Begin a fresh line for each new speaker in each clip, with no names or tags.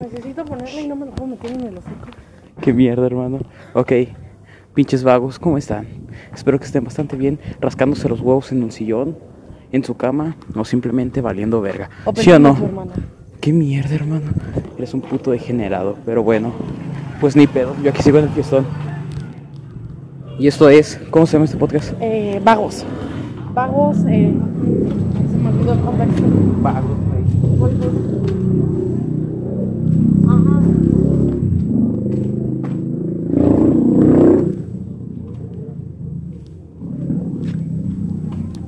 Necesito ponerla y no me lo puedo meter en el hocico.
Qué mierda, hermano. Ok, pinches vagos, ¿cómo están? Espero que estén bastante bien, rascándose los huevos en un sillón, en su cama, o simplemente valiendo verga.
O
¿Sí o
pensando
no?
en tu hermana.
Qué mierda, hermano. Eres un puto degenerado, pero bueno, pues ni pedo, yo aquí sigo en el fiestón. Y esto es, ¿cómo se llama este podcast?
Eh, vagos. Vagos, eh, se me olvidó el contexto.
Vagos,
Ajá.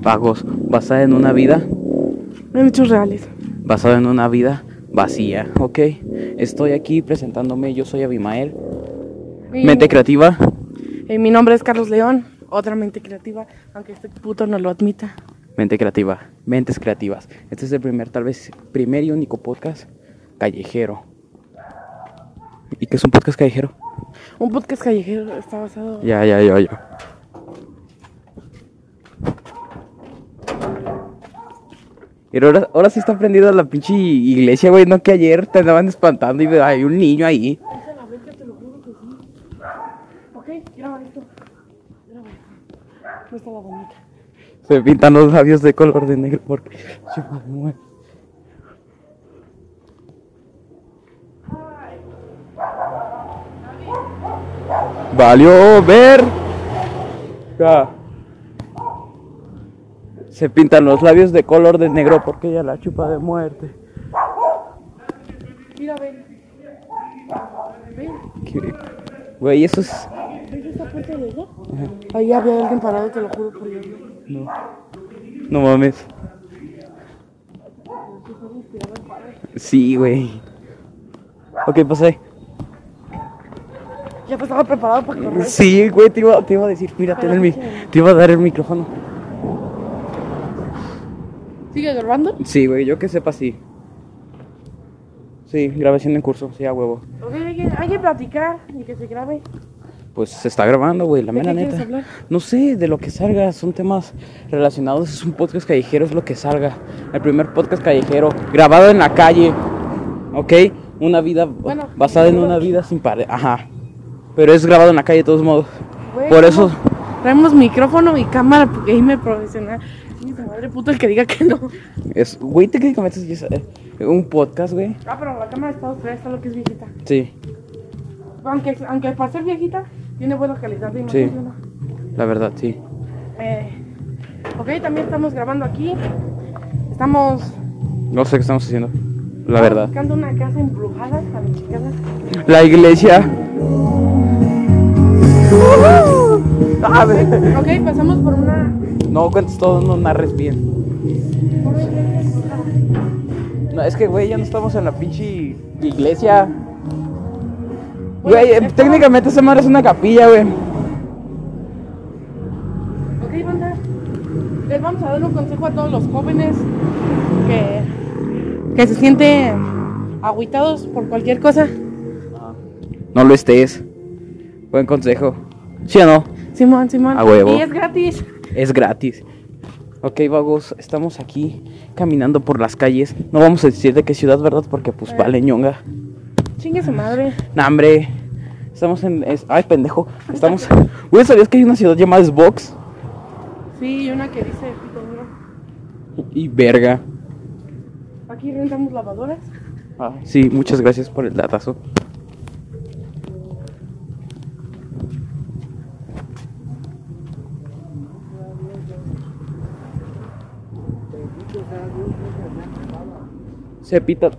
Vagos, basada en una vida
En hechos reales.
basado en una vida vacía, ¿ok? Estoy aquí presentándome, yo soy Abimael,
Y-
mente creativa,
eh, mi nombre es Carlos León, otra mente creativa, aunque este puto no lo admita.
mente creativa, mentes creativas. Este es el primer, tal vez, primer y único podcast callejero. ¿Y qué es un podcast callejero?
Un podcast callejero está basado.
Ya, ya, ya, ya. Pero ahora, ahora sí está prendida la pinche iglesia, güey, no que ayer te andaban espantando y hay un niño ahí.
Alza la verga, te lo juro que sí. Ok, graba esto. Graba esto. No estaba bonita.
Se pintan los labios de color de negro porque yo me muero. Valió ver. Ya. Se pintan los labios de color de negro porque ella la chupa de muerte.
Mira, ven. Ven.
Qué- Güey, eso es.
¿Ves esta puerta de allá? Ahí había alguien parado, te lo juro por Dios.
No. No mames. Sí, güey. Ok, pasé.
Ya pues, estaba preparado para correr.
Sí, güey, te iba, te iba a decir, mira, ten el mi- te iba a dar el micrófono.
¿Sigue grabando?
Sí, güey, yo que sepa, sí. Sí, grabación en curso, sí, a huevo.
Ok, hay que, hay que platicar y que se grabe.
Pues se está grabando, güey, la
¿De qué
mera
quieres
neta.
hablar?
No sé, de lo que salga, son temas relacionados, es un podcast callejero, es lo que salga. El primer podcast callejero, grabado en la calle, ¿ok? Una vida
Bueno,
basada en
pero-
una vida sin pared, ajá. Pero es grabado en la calle de todos modos.
Güey,
Por
¿cómo?
eso,
Traemos micrófono y cámara gamer profesional. Chingue su madre puta el que diga que no.
es, güey, técnicamente sí es eh, un podcast, güey.
Ah, pero la cámara está fea, está lo que es viejita.
Sí.
Aunque, aunque para ser viejita, tiene buena calidad de imagen.
Sí.
¿o no?
La verdad, sí.
Eh, ok, también estamos grabando aquí. Estamos
No sé qué estamos haciendo. La
estamos
verdad.
buscando una casa embrujada a mi chingada.
La iglesia.
Ok, pasamos por una.
No cuentes todo, no narres bien.
por una iglesia embrujada.
No, es que, güey, ya no estamos en la pinche iglesia.
Bueno,
Güey, eh,
estamos-
técnicamente esa madre es una capilla, güey.
Ok, banda. Les vamos a dar un consejo a todos los jóvenes que, que se sienten agüitados por cualquier cosa.
No lo estés. Buen consejo. ¿Sí o no?
Simón, Simón.
A huevo.
Y es gratis.
Es gratis. Ok, vagos, estamos aquí caminando por las calles. No vamos a decir de qué ciudad, ¿verdad? Porque, pues,
Eh.
vale, ñonga.
Chingue su madre.
Nah, hombre. Estamos en. es- ay, pendejo. Estamos. Güey, ¿sabías que hay una ciudad llamada Sbox?
Sí, y una que dice pito duro.
Y verga.
Aquí rentamos lavadoras.
Ah, sí, muchas gracias por el datazo. Se pita.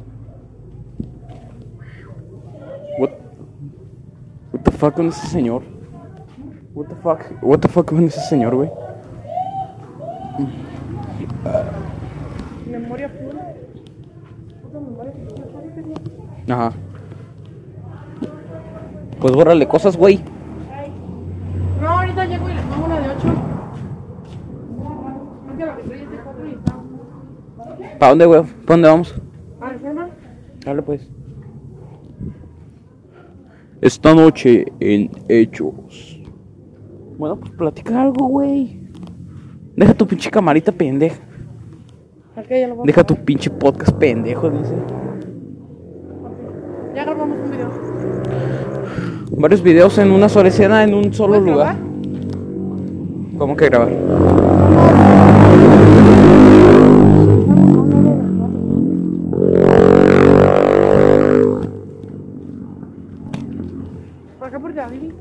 What? What the fuck con ese señor? What the fuck? What the fuck con ese señor, güey?
Memoria pura. Puta memoria pura, parece.
Ajá. Pues bórrale cosas, güey.
Ay. No, ahorita llego y les pongo una de 8. Porque la que trae es de 4 y está. Ah,
¿Para dónde, güey? ¿Para dónde vamos?
¿A la forma?
Dale pues. Esta noche en Hechos. Bueno, pues platica algo, güey. Deja tu pinche camarita pendeja.
Ok, ya lo voy a
Deja tu
apagar.
pinche podcast pendejo, dice.
Ya grabamos un video.
Varios videos en una sola escena, en un solo
¿Puedes
lugar.
grabar?
¿Cómo que grabar?
Por acá por David.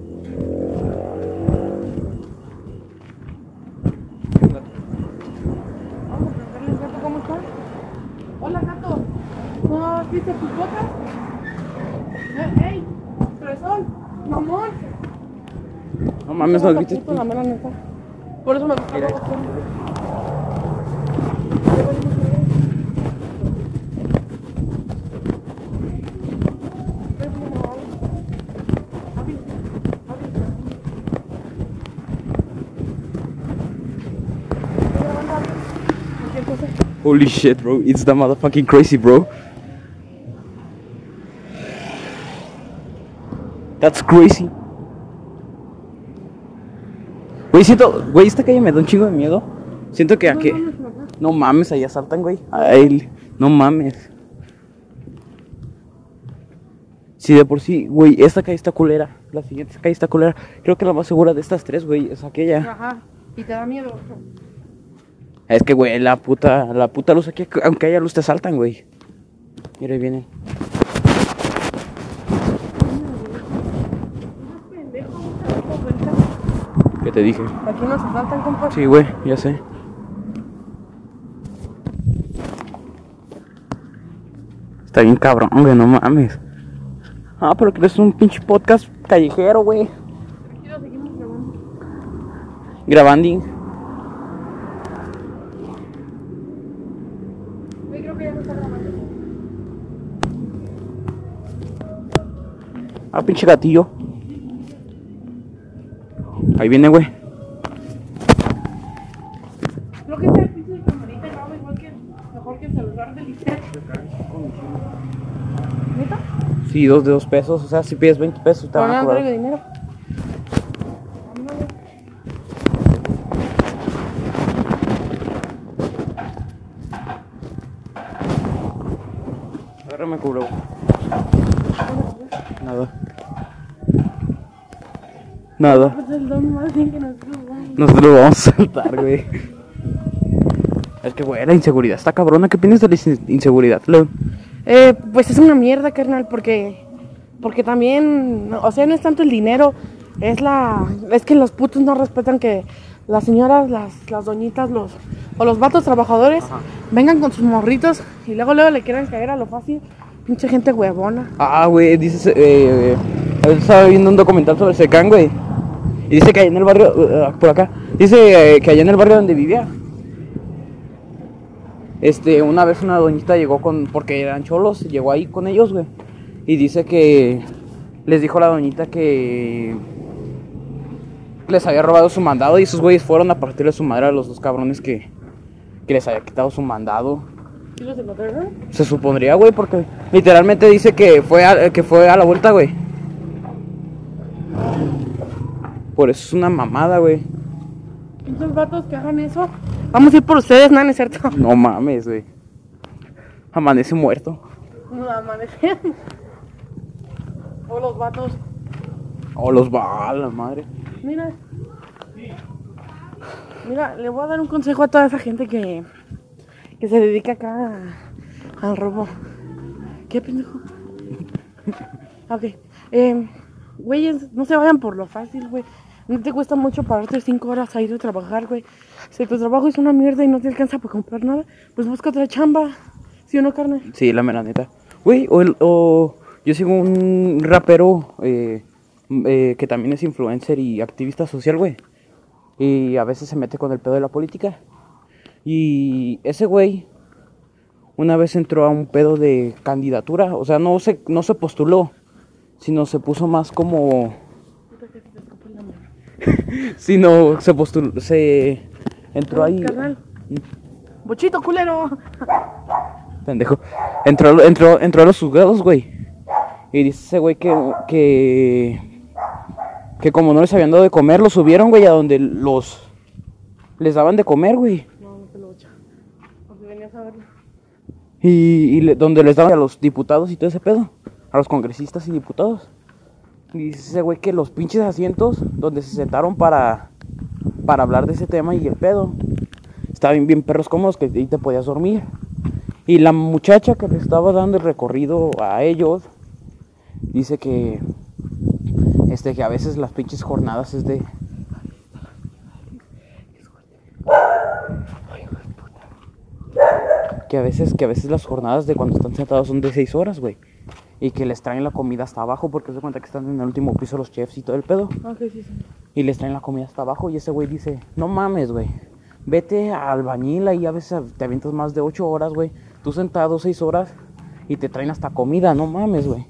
Vamos a preguntarle al gato cómo está. Hola gato. ¿No has visto tus botas? Eh, ¡Ey! ¡Fresón! ¡Mamón!
No mames, no has
Puta
visto.
puta, la mera neta. Por eso me gusta
Mira.
Bob Esponja. Cualquier cosa.
Holy shit, bro. It's the motherfucking crazy, bro. That's crazy. Güey, siento. Güey, esta calle me da un chingo de miedo. Siento que aquí. No mames, allá saltan, güey. Ay, no mames. Sí, de por sí, güey, esta calle está culera. La siguiente calle está culera. Creo que la más segura de estas tres, güey, es aquella.
Ajá. Y te da miedo.
Es que, güey, la puta, la puta luz aquí, aunque haya luz, te saltan, güey. Mira, ahí vienen.
Pendejo, muchas vueltas.
¿Qué te dije?
Aquí nos asaltan, compa.
Sí, güey, ya sé. Está bien cabrón, güey, no mames. Ah, pero que es un pinche podcast callejero, güey.
Tranquilo, seguimos grabando.
Grabando.
Güey, creo que ya se está grabando.
Ah, pinche gatillo. Ahí viene, güey.
Creo que este piso de camarita graba igual que mejor que el celular del Ixer. ¿Neta?
Sí, dos de dos pesos. O sea, si pides 20 pesos, te
Pero
van a
no traigo
cobrar.
dinero.
Agárrame, culo. Nada. Nada.
Pues el don más bien que nosotros vamos.
Nosotros lo vamos a saltar, güey. Es que, güey, la inseguridad está cabrona. ¿Qué opinas de la inse- inseguridad, Leo?
Eh, pues es una mierda, carnal, porque. Porque también. no, O sea, no es tanto el dinero, es la. Es que los putos no respetan que las señoras, las, las doñitas, los. O los vatos trabajadores vengan con sus morritos y luego luego le quieran caer a lo fácil. Pinche gente huevona.
Ah, güey, dices. Eh, eh, ahorita estaba viendo un documental sobre Secán, güey. Y dice que allá en el barrio. eh, por acá. Dice eh, que allá en el barrio donde vivía. Este, una vez una doñita llegó con. Porque eran cholos, llegó ahí con ellos, güey. Y dice que. Les dijo la doñita que. Les había robado su mandado y esos güeyes fueron a partirle su madre a los dos cabrones que. Que les había quitado su mandado.
¿Sí los encontraron?
Se supondría, güey, porque literalmente dice que fue a, que fue a la vuelta, güey. Por eso es una mamada, güey.
Pinches vatos que hagan eso. Vamos a ir por ustedes, nada, es cierto.
No mames, güey. Amanece muerto.
No amanecer. O los vatos.
O Oh, los va a la madre.
Mira. Mira, le voy a dar un consejo a toda esa gente que, que se dedica acá a- al robo. ¿Qué pendejo? Ok. em, Güeyes, no se vayan por lo fácil, güey. No te cuesta mucho pararte cinco horas a ir a trabajar, güey. Si tu trabajo es una mierda y no te alcanza para comprar nada, pues busca otra chamba. ¿Sí o no, carne?
Sí, la mera neta. Güey, o, el- o yo sigo un rapero eh, eh, que también es influencer y activista social, güey. Y a veces se mete con el pedo de la política. Y ese güey una vez entró a un pedo de candidatura. O sea, no se, no se postuló, sino se puso más como... sino se postuló, se entró ahí...
Carnal. Bochito, culero.
Pendejo. Entró, entró, entró a los juzgados, güey. Y dice ese güey que, que. Que como no les habían dado de comer, los subieron, güey, a donde los. Les daban de comer, güey.
No, no te lo echa. Porque venías a verlo.
Y, y le- donde les daban a los diputados y todo ese pedo. a los congresistas y diputados. Y dice ese güey que los pinches asientos donde se sentaron para, para hablar de ese tema y el pedo, estaban bien, bien perros cómodos que ahí te podías dormir. Y la muchacha que le estaba dando el recorrido a ellos dice que, este, que a veces las pinches jornadas es de, que a veces que a veces las jornadas de cuando están sentados son de 6 horas, güey. Y que les traen la comida hasta abajo porque se cuenta que están en el último piso los chefs y todo el pedo.
Ok, sí, sí.
Y les traen la comida hasta abajo y ese güey dice, "No mames, güey. Vete a albañil y a veces te avientas más de 8 horas, güey. Tú sentado 6 horas y te traen hasta comida, no mames, güey."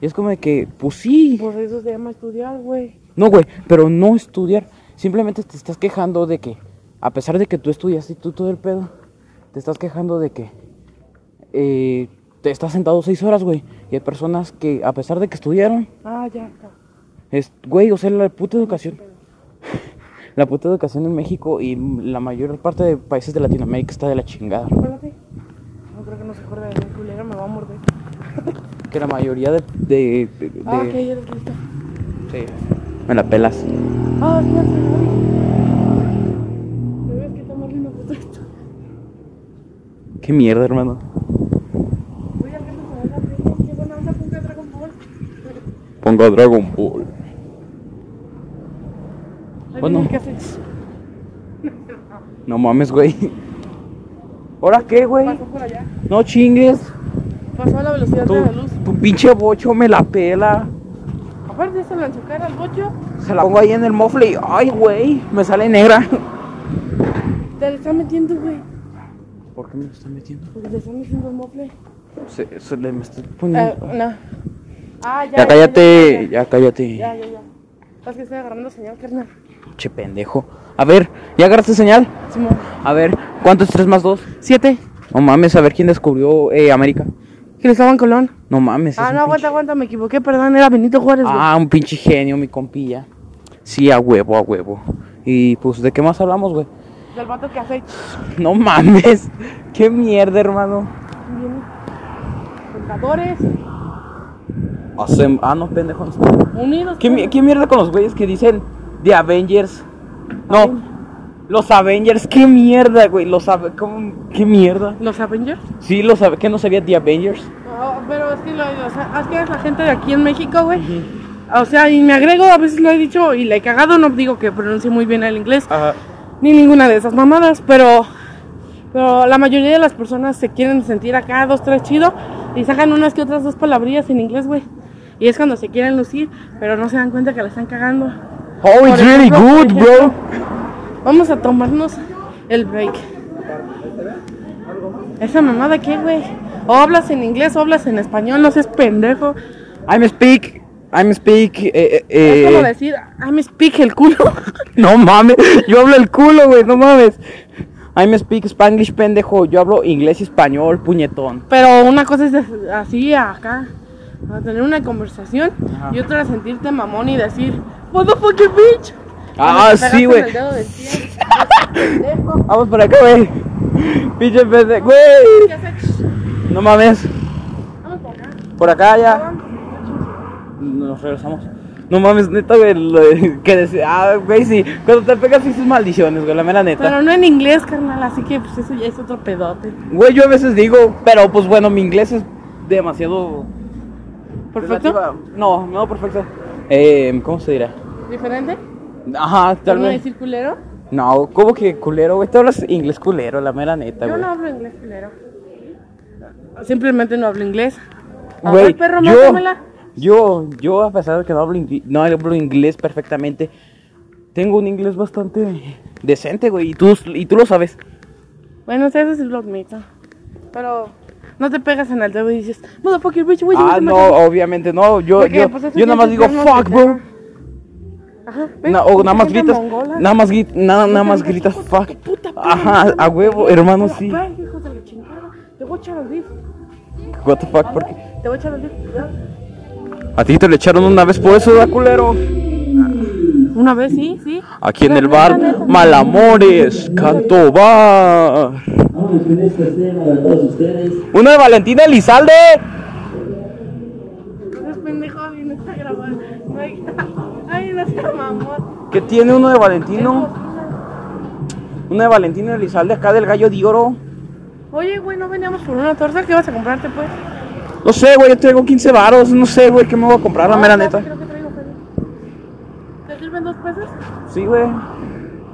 Y es como de que, pues sí.
Pues eso se llama estudiar, güey.
No, güey, pero no estudiar. Simplemente te estás quejando de que, a pesar de que tú estudias y tú todo el pedo, te estás quejando de que eh, te estás sentado seis horas, güey. Y hay personas que, a pesar de que estudiaron,
Ah, ya está.
es, güey, o sea, la puta educación. La puta educación en México y la mayor parte de países de Latinoamérica está de la chingada.
Acuérdate. No creo que no se acuerde de mí, culera, me va a morder.
Que la mayoría de. de, de- de-
Ah, ok, ya lo listo.
sí. Me la pelas.
Ah, sí, sí, sí. ¿Te ves que está mordiendo justo esto?
Qué mierda, hermano.
Voy a verlo con esa prenda, qué buena onda, ponga Dragon Ball.
Ponga Dragon Ball.
Ahí
Bueno.
viene el cassette.
No mames, güey. ¿Ahora qué, güey?
Pasó por allá.
No chingues.
Pasó a la velocidad
Tu,
de la luz.
tu pinche bocho me la pela.
Aparte, se la enchucar al bocho.
Se la pongo ahí en el mofle y, ay, güey, me sale negra.
Te le está metiendo, güey.
¿Por qué me lo están metiendo?
Porque te están metiendo el mofle.
Se, se le me está
Ah,
poniendo.
no. Ah, ya.
Mm. ya, cállate, ya, cállate.
Ya, ya, ya. Es que estoy agarrando señal, carnal.
Che, pendejo. A ver, ¿ya agarraste señal?
Simón.
A ver, ¿cuánto es 3 más 2?
Siete.
No mames, a ver quién descubrió eh, América.
Cristóbal Colón.
No mames. es
Ah,
un
no, aguanta,
pinche-
aguanta, me equivoqué, perdón, era Benito Juárez, güey.
Ah, un pinche genio, mi compilla. Sí, a huevo, a huevo. Y pues, ¿de qué más hablamos, güey?
Del vato que hace.
No mames. Qué mierda, hermano.
Viene. Contadores,
Hacem- Ah, no, pendejo. no está.
unidos.
¿Qué, mi-
pues.
qué mierda con los güeyes que dicen de Avengers? No, los Avengers, qué mierda, güey. Los Ave- ¿cómo? ¿Qué mierda?
¿Los Avengers?
Sí, los Ave- ¿qué no sería The Avengers?
Ah, pero es que, lo, o sea, es que es la gente de aquí en México, güey. O sea, y me agrego, a veces lo he dicho y la he cagado, no digo que pronuncie muy bien el inglés,
Ajá.
ni ninguna de esas mamadas, pero, pero la mayoría de las personas se quieren sentir acá dos, tres chido y sacan unas que otras dos palabrillas en inglés, güey. Y es cuando se quieren lucir, pero no se dan cuenta que la están cagando.
Oh, it's
Por
really
ejemplo, por
good, bro.
Vamos a tomarnos el break. ¿Esa mamada qué, güey? O hablas en inglés o hablas en español, no seas pendejo.
I'm speak, I'm speak. eh, eh, eh,
Es como decir, I'm speak el culo.
No mames, yo hablo el culo, güey, no mames. I'm speak Spanish, pendejo. Yo hablo inglés y español, puñetón.
Pero una cosa es de- así, acá, a tener una conversación
Ajá.
y otra sentirte mamón y decir, motherfucking bitch.
Ah,
Cuando te pegaste
sí, güey.
en el dedo del pie, estás pendejo.
Vamos para acá, güey. Pinche pendejo, güey.
¿Qué haces?
No mames,
Vamos por acá.
por acá ya.
Vamos.
Nos regresamos. No mames, neta, güey. lo de- que decía, ah, güey, sí. Cuando te pegas, sí, sus maldiciones, güey, la mera neta.
Pero no en inglés, carnal, así que pues eso ya es otro pedote.
Güey, yo a veces digo, pero pues bueno, mi inglés es demasiado.
¿Perfecto?
relativa- No, no, perfecto. Eh, ¿cómo se dirá?
¿Diferente?
Ajá,
¿Tal
tal
vez
vez.
decir culero?
No, ¿cómo que culero, güey? Tú hablas inglés culero, la mera neta,
Yo
güey.
no hablo inglés culero. Simplemente no hablo inglés. A
Güey,
ver, perro,
yo,
mátamela.
yo, yo, a pesar de que no hablo, ingli- no hablo inglés perfectamente, tengo un inglés bastante decente, güey, y tú, y tú lo sabes.
Bueno, o sea, eso sí lo admito. Pero no te pegas en el dedo y dices, motherfucker bitch, güey.
Ah, no, obviamente no. Yo,
Porque,
yo,
pues, eso
yo
ya
nada más
es
digo
interno
fuck, bro.
mexicano". Ajá, ¿ves?
Na- o
Pinche
nada más
gente
gritas,
mongola.
nada más, gri- na- nada
Pinche
más
gente
gritas
hijos de
fuck.
tu puta perra,
Ajá,
hijo de
a
la
huevo,
verga,
hermano,
a la
sí.
verga, hijos de la chingada. Te voy a echar al DIF.
What the fuck, porque
Te voy a echar al DIF.
a ti te le echaron una vez por eso, da culero.
Una vez sí, sí.
Aquí en
La
el
neta,
bar,
neta.
Malamores, Canto Bar.
Vamos con esta escena de todos ustedes.
Una de Valentina Elizalde.
es pendejo y no está grabando. No hay... Ay, no se mamón.
¿Qué tiene uno de Valentino? Uno de Valentino Elizalde acá del Gallo de Oro.
Oye, güey, ¿no veníamos por una torta? ¿Qué vas a comprarte, pues?
No sé, güey, yo traigo 15 varos, no sé, güey, ¿qué me voy a comprar, la
No,
mera
no,
neta?
Ah, Creo que traigo pedo. ¿Te sirven dos pesos?
Sí, güey,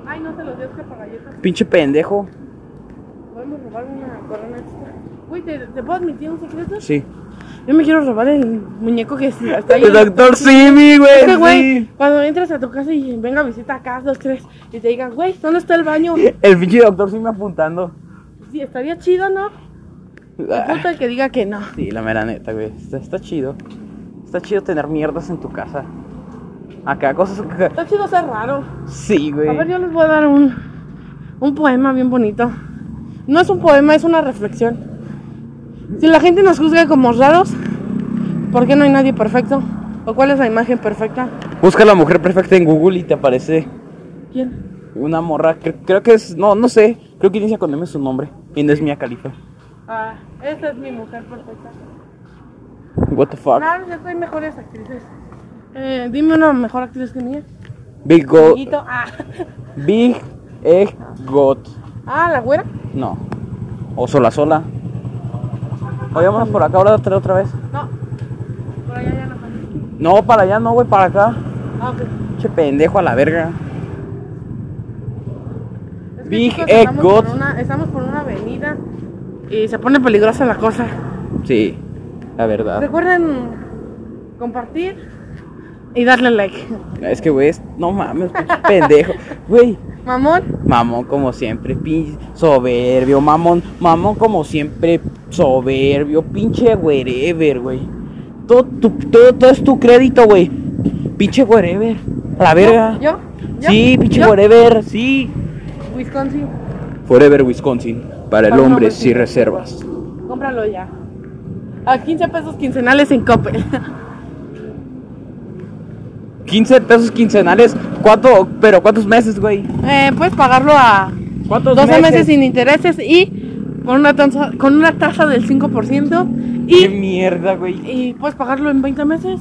Ay, no se los dio que para galletas.
pinche pendejo.
Podemos robar una corona extra. Güey, ¿te, ¿te puedo admitir un secreto?
Sí.
Yo me quiero robar el muñeco que sí, está ahí.
El doctor Simi, güey.
Es que, güey,
sí.
cuando entras a tu casa y venga visita acá, dos, tres, y te digan, güey, ¿dónde está el baño?
El pinche doctor Simi apuntando.
Sí, estaría chido, ¿no?
Ah,
Puta el que diga que no.
Sí, la mera neta, güey. Está, está chido. Está chido tener mierdas en tu casa. Acá cosas que...
Está chido ser raro.
Sí, güey.
A ver, yo les voy a dar un, un poema bien bonito. No es un poema, es una reflexión. Si la gente nos juzga como raros, ¿por qué no hay nadie perfecto? ¿O cuál es la imagen perfecta?
Busca la mujer perfecta en Google y te aparece
¿Quién?
una morra. Cre- creo que es... No, no sé. Creo que inicia con M su nombre. Y no es Mia Califa.
Ah, esta es mi mujer perfecta.
What the fuck.
Claro, yo soy mejores actrices. Eh, dime una mejor actriz que mía.
Big God.
Amiguito. Ah.
Big Egg God.
ah, la güera.
No. O sola sola. Oye, vámonos por acá ahora otra, otra vez.
No. Por allá ya no pasa.
No, para allá no, güey, para acá.
Ah, ok.
Che pendejo a la verga.
Es que,
Big
chicos,
Egg
estamos por
God.
una- Estamos por una avenida y se pone peligrosa la cosa.
Sí, la verdad.
Recuerden compartir y darle like.
Es que, güey, es- no mames, pinche pendejo. Güey,
Mamón,
mamón como siempre, pin- soberbio, mamón, mamón como siempre, soberbio, pinche wherever, güey. Todo, tu- todo, todo es tu crédito, güey. Pinche wherever, a la verga.
yo, yo,
Sí, pinche
yo,
wherever, sí.
Wisconsin,
Forever Wisconsin, para
el hombre sin
reservas.
cómpralo ya. A 15 pesos quincenales en Coppel.
15 pesos quincenales, ¿cuánto? ¿Pero cuántos meses, güey?
Eh, puedes pagarlo a
¿Cuántos
12 meses sin intereses y con una tasa, con una tasa del 5%
¡Qué
y,
mierda, güey!
y puedes pagarlo en 20 meses.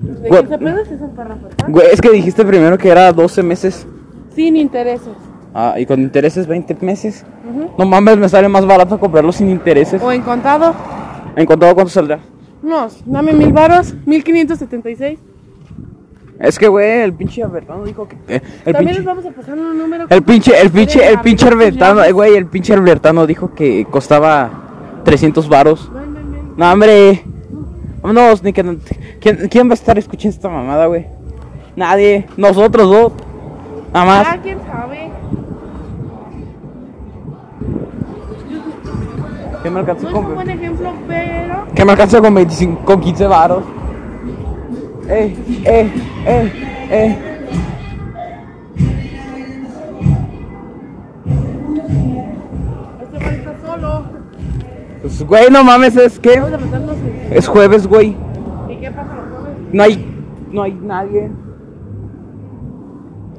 De
Güey.
15 pesos es un párrafo. ¿verdad?
Güey, es que dijiste primero que era 12 meses.
Sin intereses.
Ah, y con intereses 20 meses.
Ujú.
No mames, me sale más barato comprarlo sin intereses.
O en contado,
¿En cuánto cuánto saldrá?
unos, dame mil varos, 1576.
Es que, güey, el pinche Albertano dijo que... eh, el
También
pinche...
les vamos a pasar un número.
El pinche, el pinche, el
Esperen,
pinche
amigos, pues,
Albertano,
ya.
eh, güey, el pinche Albertano dijo que costaba 300 varos.
Ven, ven, ven.
No, hombre. Vámonos, ni que no- ¿Quién, ¿Quién va a estar escuchando esta mamada, güey? Nadie. Nosotros dos. Nada más.
Ah, quién sabe.
¿Qué me
No
alcanzó
es un
con,
buen ejemplo, pero.
¿qué me alcanza con 25, con 15 varos? Eh, eh, eh, eh.
Este güey está solo.
Pues, güey, no mames, es que
Vamos a meternos en.
es jueves, güey.
¿Y qué pasa los jueves?
No hay, no hay nadie.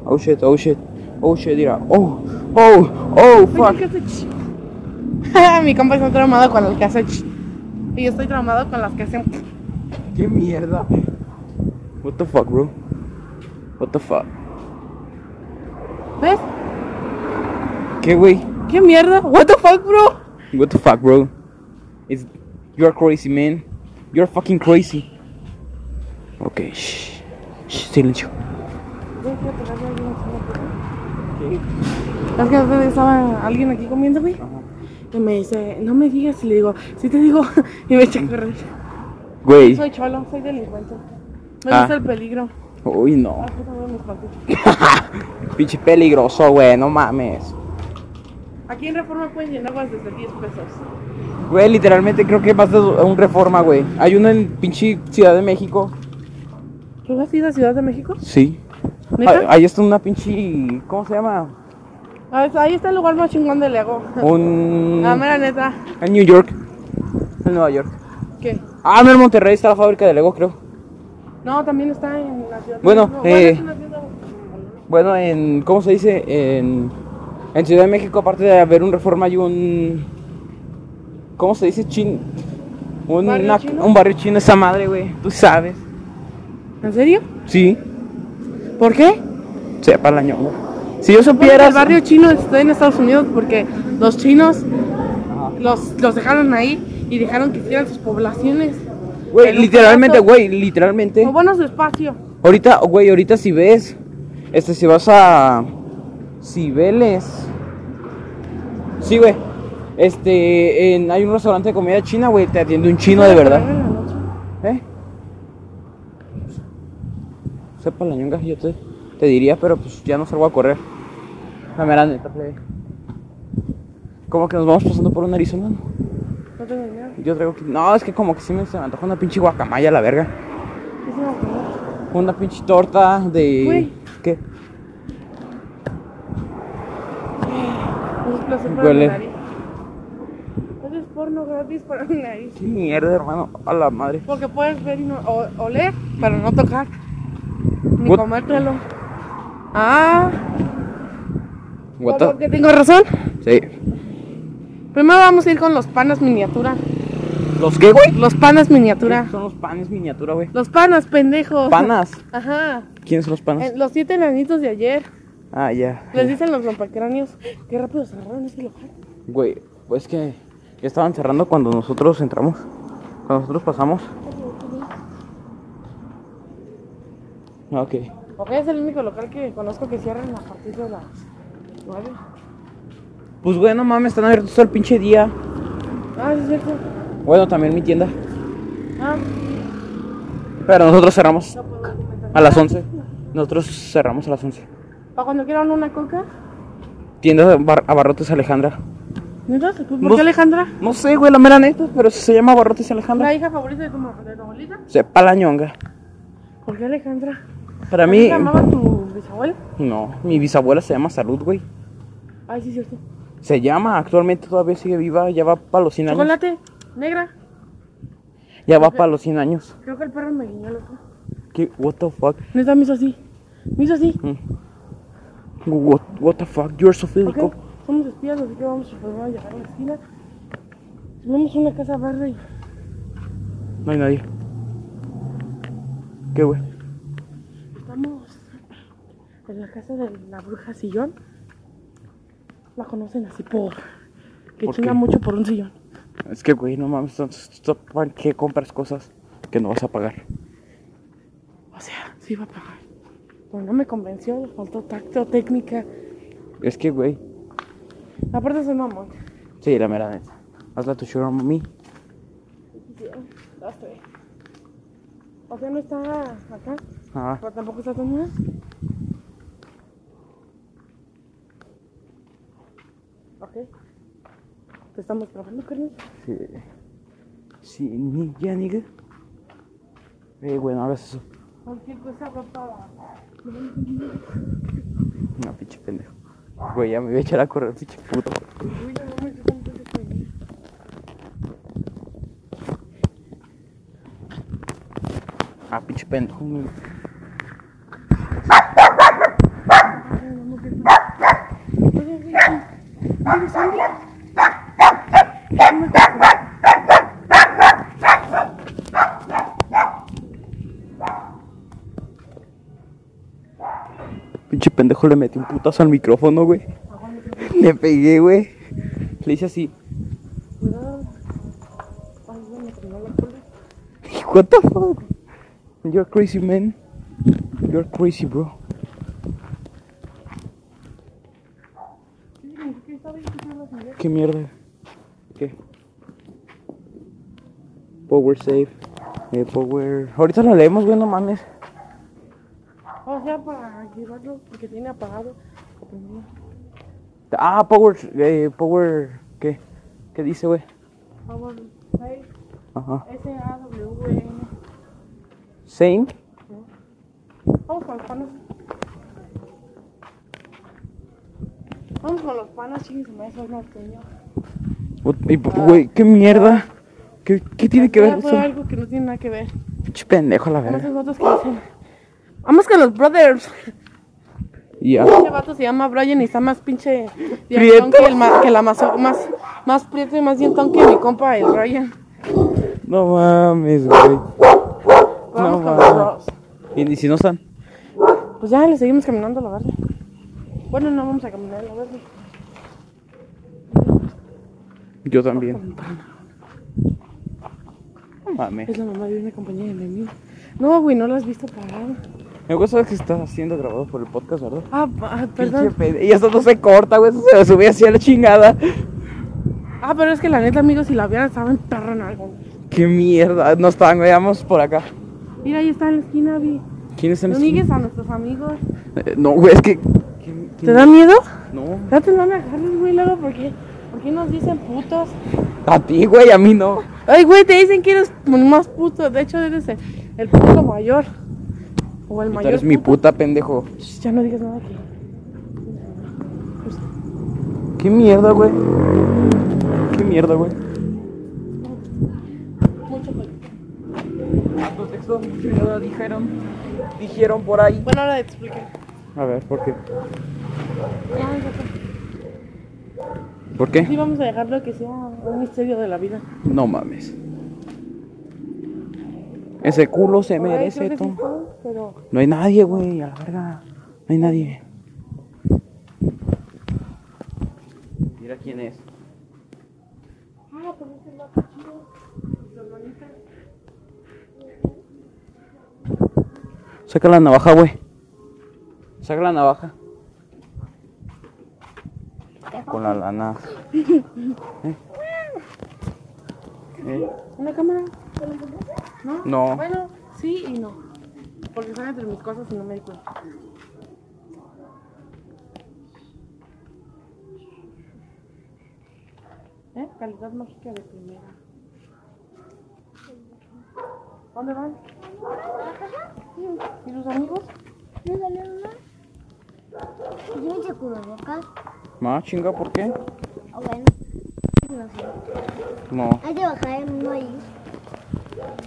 Oh shit, oh shit, oh shit, mira. Oh, oh, oh, fuck.
Oye, ¿qué hace? Ah, Mi compa está traumado con las que hace. ch. Y yo estoy traumado con las que hacen.
Qué mierda. What the fuck, bro? What the fuck?
¿Ves?
¿Qué, güey?
¿Qué mierda? ¿What the fuck, bro?
What the fuck, bro? It's you're crazy, man. You're fucking crazy. Okay, shh, shh, silencio.
Es que antes estaba alguien aquí comiendo, güey. Y me dice, no me digas. Y le digo, sí te digo. Y me echa a correr.
Güey,
Soy cholo, soy delincuente. Me
Ah.
gusta el peligro.
uy no,
Ah, puta, voy a mis patitas.
pinche peligroso, güey, no mames.
Aquí en Reforma pueden llenarlas desde 10 pesos.
Güey, literalmente creo que vas a un reforma, güey. Hay uno en pinche Ciudad de México.
¿Tú has ido a Ciudad de México?
Sí.
¿Neta?
Ahí está una pinche, ¿cómo se llama?
Ah, es- Ahí está el lugar más chingón del Lego.
Oh. Un
La mera neta.
en New York, en Nueva York.
¿Qué?
Ah, no, en Monterrey está la fábrica de Lego, creo.
No, también está en la Ciudad
Bueno,
de México.
eh,
es una tienda-
Bueno, en. ¿Cómo se dice? En, en Ciudad de México, aparte de haber un reforma, hay un. ¿Cómo se dice? Chin. Un
¿Barrio
una-
chino?
un barrio chino esa madre, güey. Tú sabes.
¿En serio?
Sí.
¿Por qué?
Sepa la ñonga. Si yo
Porque
supiera.
el barrio chino está en Estados Unidos porque los chinos los, los dejaron ahí y dejaron que hicieran sus poblaciones.
Güey,
En un
literalmente,
pedazo.
güey, literalmente.
O bueno, su espacio.
Ahorita, güey, ahorita si ves, este, si vas a Cibeles. Sí, güey. Este, en- hay un restaurante de comida china, güey, te atiende un chino de verdad. ¿Eh? Sepa la ñonga, yo te, te diría, pero pues ya no salgo a correr. La mera neta, plebe. Como que nos vamos pasando por un Arizona.
No tengo dinero.
Yo traigo que... No, es que como que sí me se me antoja una pinche guacamaya, la verga.
¿Qué se me ocurrió?
Una pinche torta de...
Güey.
¿Qué?
Es un placer para
Huele.
mi nariz. Eso es porno gratis para mi nariz.
Qué mierda, hermano. A la madre.
Porque puedes ver y no, o- oler, pero no tocar. Ni
What-
comértelo. Ah,
What
¿por
the-
qué tengo razón?
Sí.
Primero vamos a ir con los panas miniatura.
¿Los qué, güey?
Los panas miniatura.
Son los panes miniatura, güey.
Los panas, pendejos.
Panas.
Ajá.
¿Quiénes son los panas?
Eh, los siete enanitos de ayer.
Ah, ya.
Les dicen los rompacráneos. Qué rápido cerraron ese local.
Güey, pues que ya estaban cerrando cuando nosotros entramos. Cuando nosotros pasamos. Ah, Ok.
Ok, es el único local que conozco que cierran a partir de las 9.
Pues, güey, no mames, están abiertos todo el pinche día.
Ah, sí, es cierto.
Bueno, también mi tienda.
Ah,
Pero nosotros cerramos a las 11. Nosotros cerramos a las 11.
para cuando quieran una coca.
Tienda de bar- Abarrotes Alejandra.
Entonces, ¿por
Nos-
qué Alejandra?
No sé, güey, la mera neta, pero se llama Abarrotes Alejandra.
La hija favorita de tu, ma- de tu abuelita.
Sepa la ñonga.
¿Por qué Alejandra?
Para
¿Así
mí.
se llamaba tu bisabuela?
No, mi bisabuela se llama Salud, güey.
Ay, sí, es cierto.
Se llama, actualmente todavía sigue viva, ya va para los 100 años.
Chocolate, negra.
Ya va para los 100 años.
Creo que el perro me guiñó el otro.
¿Qué? What the fuck?
Neta, me hizo así. Me hizo así.
What, what the fuck? You're so
Ok,
filico.
somos espías, así que vamos a primero a llegar a la esquina. Tenemos una casa verde y
No hay nadie. ¿Qué, güey?
estamos en la casa de la bruja Sillón. La conocen así por... Que
¿Por
chinga
qué?
mucho por un sillón.
Es que, güey, no mames, entonces, ¿tú ¿para qué compras cosas que no vas a pagar?
O sea, sí iba a pagar. Pero no me convenció, le faltó tacto, técnica.
Es que, güey,
Aparte soy mamón.
sí, la mera neta. Hazla tu sugar mommy.
Las tres. O sea, no está acá,
Ah,
pero tampoco está tan mal. Ok. Te estamos probando, carnal.
sí. Sí, ni ya, nigga. Eh, güey, no hagas eso.
Cualquier cosa ropa.
No, pinche pendejo. Güey, ya me voy a echar a correr, pinche puto.
Uy, no mames, yo tampoco estoy bien.
Ah, pinche pendejo. me-
Ay, no, no, qué tal. Oye, güey, ¿tienes hambre? No me acuerdo.
Pinche pendejo le metí un putazo al micrófono, güey. Le pegué, güey. Le hice así.
Cuidado. Ay, güey, me tronó la cola.
What the fuck? You're crazy, man. You're crazy, bro.
¿Qué sabe que son las mujeres?
¿Qué mierda? ¿Qué? Power save. Eh, power. Ahorita lo leemos, güey, no mames.
O sea, para llevarlo porque tiene apagado.
Ah, power. Eh, power. ¿Qué? ¿Qué dice, güey?
Power Save,
Ajá.
S-A-W-N.
Same.
Vamos con los panas. Vamos con los panas, chingues, me soy norteño.
What- y, Güey, qué mierda. ¿Qué, qué tiene que ver Eh.
Fue
eso?
algo que no tiene nada que ver.
Pinche pendejo, la
Como
verga.
esos vatos que dicen. Vamos con los brothers.
Y ya.
Ese vato se llama Brian y está más pinche
Prieto.
dientón que, el ma- que la mazo- más, más prieto y más dientón que mi compa el Brian.
No mames, güey.
Vamos
No,
con
va.
los bros.
¿Y, y si no están?
Pues ya le seguimos caminando a la verde. Bueno, no vamos a caminar a la verde.
Yo también. No mames.
Es la mamá de una compañía de mi amigo. No, güey, no la has visto parada.
Me gusta que está siendo grabado por el podcast, ¿verdad?
Ah, ah, perdón.
Pinche pende- Y esto no se corta, güey. Eso se lo subí así a la chingada.
Ah, pero es que la neta, amigos, si la vieran, estaba en perro en algo.
Qué mierda. No están, veamos por acá.
Mira, ahí está en la esquina, vi.
¿Quiénes están?
No niegues a nuestros amigos.
Eh, No, güey, es que. ¿Quién-
¿Te
quién-
da miedo?
No.
No te van a agarrar, güey, luego, ¿por qué? ¿Por qué nos dicen putos?
A ti, güey, a mí no.
Ay, güey, te dicen que eres el más puto. De hecho, eres el, el puto mayor. O el
Tú
mayor.
eres mi
puto.
puta pendejo.
Shh, Ya no digas nada aquí.
¿Qué mierda, güey? ¿Qué mierda, güey?
Mucho cuidado.
Contexto, mierda, dijeron. Dijeron por ahí.
Bueno, ahora te expliqué.
A ver, ¿por qué?
Ya, ya está.
¿Por qué?
Sí, vamos a dejarlo que sea un misterio de la vida.
No mames. Ese culo se
Por ahí creo
merece
que sí
todo.
está, pero
No hay nadie, güey, a la verga. No hay nadie. Mira quién es.
Ah, pero es el más chido. Los manitas.
Saca la navaja, güey. Saca la navaja. Con la lana. ¿Eh? ¿Eh?
¿Una cámara? ¿No?
No.
Bueno, sí y no. Porque están entre mis cosas y no me di cuenta. ¿Eh? Calidad mágica de primera. ¿Dónde van? ¿Y sus amigos?
¿No salió una? Yo me hice cubrebocas.
Ma, chinga, ¿por qué?
Ah, bueno. No sé.
No.
Hay que bajar el uno ahí.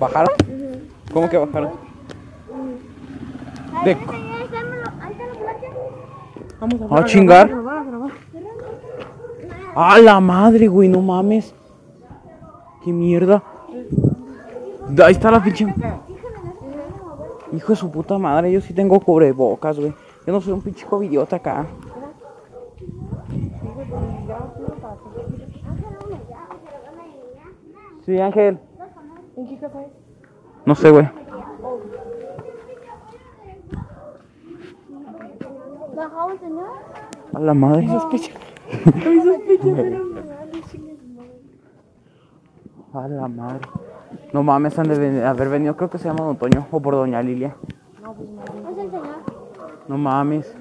¿Bajaron? ¿Cómo que bajaron? De-
Ahí está la playa.
Vamos a
¿A chingar?
A grabar, a grabar.
¡A la madre, güey! No mames. ¡Qué mierda! Ahí está la pinche. Hijo de su puta madre, yo sí tengo cubrebocas, güey. Yo no soy un pinche covidiota acá. Sí, Ángel.
¿En qué casa es?
No sé, güey.
Bajamos, señor.
A la madre.
Ay, sospecha, pero...
A la madre. No mames, han de ven- haber venido, creo que se llama Don Toño o por Doña Lilia.
Es el señor.
No mames.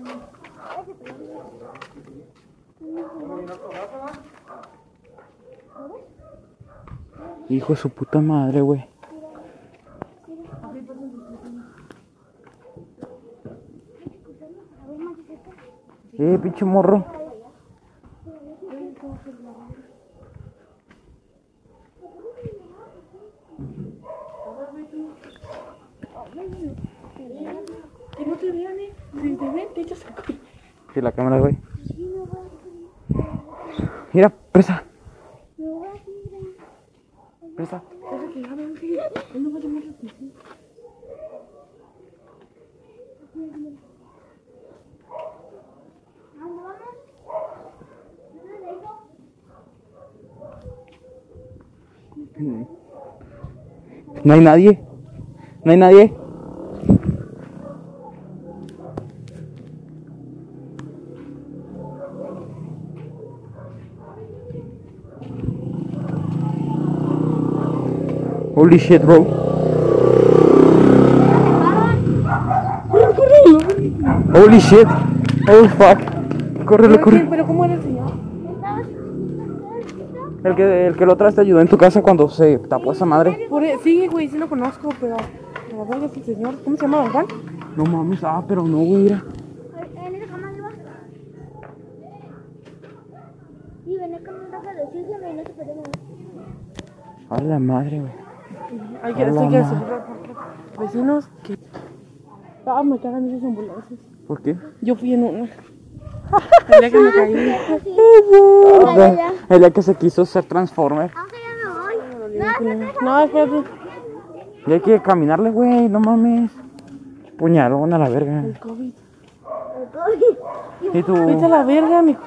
Hijo de su puta madre, güey. Eh, pinche morro.
Que no te vean, ¿eh? Si te ven, te echas a correr.
Sí, la cámara, güey. Mira, presa,
Me voy a ir.
presa.
Deja que grabe, Ángel. Él no va a llamar la atención.
¿A dónde vamos? ¿No le digo?
No hay nadie. No hay nadie. Holy shit, bro. Holy shit. Oh fuck. Córrelo,
Pero, ¿qué?
córrelo.
¿Pero cómo era el señor?
¿Estabas- estabas- estabas-
El que, el que lo atrás te ayudó en tu casa cuando se tapó esa madre.
Por e- sí, güey, sí lo conozco, pero. La verga es el señor. ¿Cómo se llama Don Juan?
No mames, ah, pero no, güey, mira.
En esa cama arriba. Y venía caminando hacia los hijos y no se podía mover.
A la madre, güey.
Ay, que
Hola,
estoy que
ma.
se- Vecinos que. Ah, me cagan esas ambulancias.
¿Por qué?
Yo fui en una. El día que me caí.
Así,
Ah,
Ay, ya.
El día que se quiso ser Transformer.
aunque ya me voy. No,
culero. No, espérate.
Y hay que caminarle, güey, no mames. Puñalón a la verga.
El COVID.
Y tú.
Vete a la verga, mi.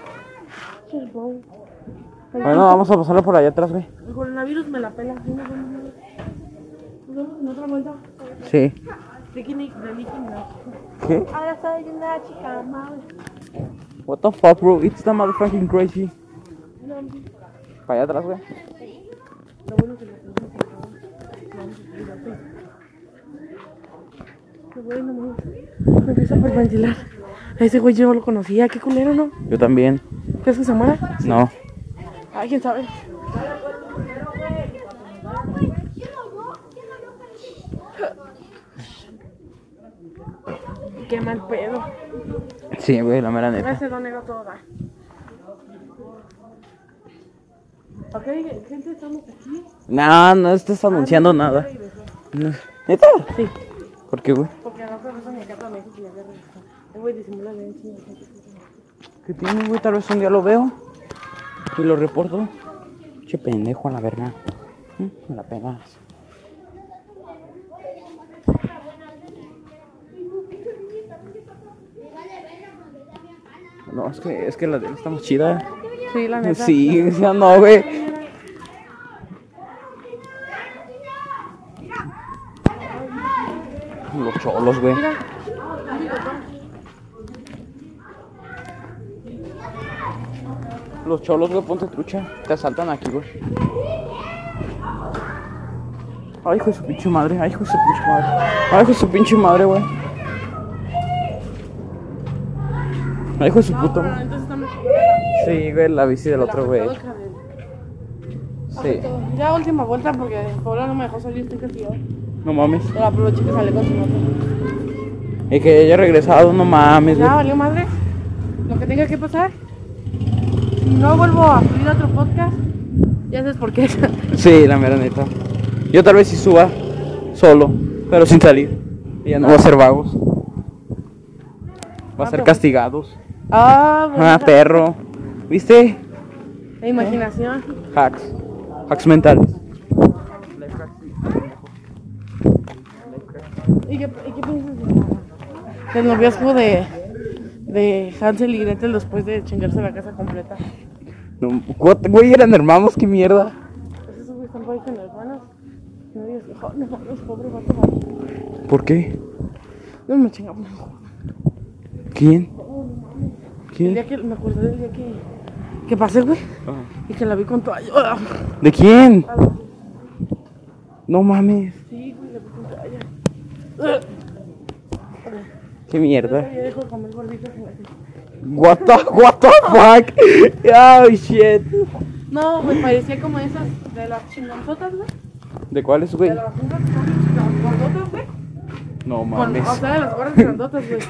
Bueno, vamos a pasarlo por allá atrás, güey.
El coronavirus me la pela. Sí, Nos vemos Nos vemos en otra vuelta.
Sí.
Ricky Nick, de Nicky Minaj.
¿Qué?
Ahora soy una chica amable.
What the fuck, bro? It's the motherfucking crazy. Para allá atrás, güey.
Lo bueno que la tenemos en común. Vamos a seguir así. Lo bueno, no. Me empiezo a perventilar. A ese güey yo lo conocía. Qué culero, ¿no?
Yo también.
¿Crees que se muera?
No.
Ay, quién sabe. Qué mal pedo.
Sí, güey, la mera neta.
Ese don era todo da. Ok, gente, estamos aquí.
No, no estás anunciando nada. No. ¿Neta?
Sí,
¿Por qué, güey?
porque la otra persona me encanta me dijo que la guerra está. El güey disimula bien, chinga.
¿Qué tiene, güey? Tal vez un día lo veo y lo reporto. Che pendejo a la verga. Mm, Me la pegas. No, es que, es que la de él está muy chida.
Sí, la neta.
Sí, ya no, güey. Los cholos, güey.
Mira.
Los cholos, güey, ponte trucha. Te asaltan aquí, güey. Ay, hijo de su pinche madre. Ay, hijo de su pinche madre. Ay, hijo de su pinche madre, güey. Ay, hijo de su puta
Pero
madre.
Ah, entonces estamos.
Sí, güey, la bici del otro güey. Sí.
Ya última vuelta porque el pueblo no me dejó salir, estoy castigado.
No mames.
Pero aproveché que sale con su moto.
Y que haya regresado, no mames, güey.
Ya valió madre. Lo que tenga que pasar. Si no vuelvo a subir otro podcast, ya sabes por qué.
Sí, la mera neta. Yo tal vez sí suba solo, pero sin salir. Y ya no va a ser vagos. Va a
Ah,
ser
pero-
castigados.
ah,
Ah,
bonita.
perro. ¿Viste?
La imaginación.
Hacks. Hacks mentales.
¿Y qué, y qué piensas de- del noviazgo de, de Hansel y Gretel después de chingarse la casa completa?
No, what- güey, eran hermanos, qué mierda.
Pues esos güeyes están por ahí con hermanos. No digas, "Hijo, no mames, pobre vato. va".
¿Por qué?
No me chingamos.
¿Quién?
El
¿Quién?
día que me acordé del día que, que pasé, güey,
Ah.
y que la vi con toalla. ¡Ah!
¿De quién? No mames.
Sí, güey, la vi con toalla. ¡Ah!
Qué
Pero
mierda.
ya dejó de comer gorditas en la casa.
What the, what the fuck? Oh shit.
No, pues parecía como esas de las chingonzotas, güey.
¿De cuáles, güey?
De las unas que son las gordotas, güey.
No
Con,
mames.
o sea, de las gordas grandotas, güey.